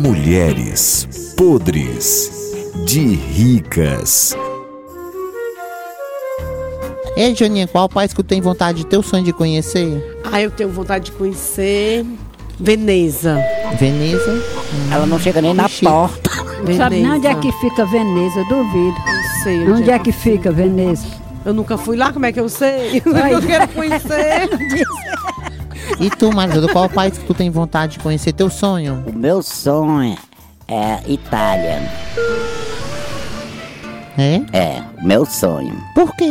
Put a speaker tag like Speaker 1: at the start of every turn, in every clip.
Speaker 1: Mulheres podres de ricas.
Speaker 2: Ei, Janinha, qual país que tu tem vontade de ter o sonho de conhecer?
Speaker 3: Ah, eu tenho vontade de conhecer Veneza.
Speaker 2: Veneza?
Speaker 4: Ela não chega nem na
Speaker 2: Ixi.
Speaker 4: porta.
Speaker 3: Veneza.
Speaker 5: Sabe nem onde é que fica Veneza? Eu duvido.
Speaker 3: Não sei
Speaker 5: Onde, é que fica Veneza?
Speaker 3: Eu nunca fui lá, como é que eu sei? Eu quero conhecer.
Speaker 2: E tu, Marildo, qual país que tu tem vontade de conhecer teu sonho?
Speaker 4: O meu sonho é Itália.
Speaker 2: É?
Speaker 4: É, o meu sonho.
Speaker 2: Por quê?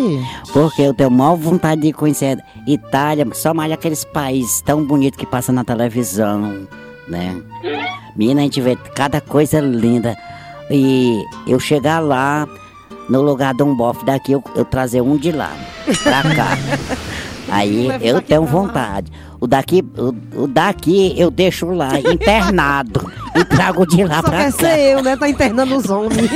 Speaker 4: Porque eu tenho maior vontade de conhecer Itália, só mais aqueles países tão bonitos que passam na televisão, né? Menina, a gente vê cada coisa linda. E eu chegar lá, no lugar de um bofe daqui, eu, eu trazer um de lá, pra cá. Aí
Speaker 3: Vai ficar
Speaker 4: eu
Speaker 3: aqui
Speaker 4: tenho
Speaker 3: pra lá.
Speaker 4: vontade. O daqui, o, o daqui eu deixo lá, internado, e trago de lá
Speaker 3: Só
Speaker 4: pra
Speaker 3: quer
Speaker 4: cá.
Speaker 3: ser eu, né? Tá internando os homens.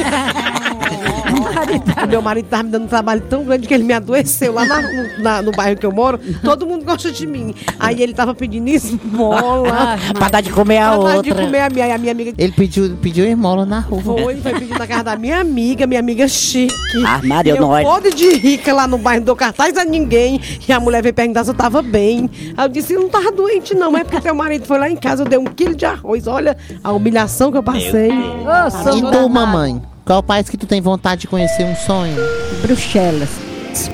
Speaker 3: O Meu marido tá me dando um trabalho tão grande que ele me adoeceu lá na- no, na- no bairro que eu moro. Todo mundo gosta de mim. Aí ele tava pedindo
Speaker 5: Ah,
Speaker 3: esmola.
Speaker 4: pra dar de comer a
Speaker 3: pra dar de
Speaker 4: outra.
Speaker 3: comer a minha, a minha amiga
Speaker 2: Ele pediu, pediu esmola na rua.
Speaker 3: foi, foi pedir na casa da minha amiga, minha amiga chique.
Speaker 4: Ah, Maria, eu
Speaker 3: eu
Speaker 4: não olho.
Speaker 3: podre de rica lá no bairro, dou cartaz a ninguém. E a mulher veio perguntar se eu tava bem. Aí eu disse, eu não tava doente não, é porque teu marido foi lá em casa, eu dei um quilo de arroz. Olha a humilhação que eu passei.
Speaker 5: Ô, sou
Speaker 2: E
Speaker 5: danada.
Speaker 2: tu, mamãe? Qual país que tu tem vontade de conhecer um sonho?
Speaker 5: Bruxelas.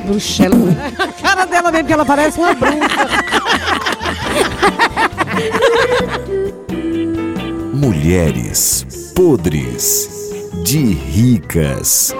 Speaker 3: Bruxela. A cara dela mesmo, que ela parece uma bruxa.
Speaker 1: Mulheres podres de ricas.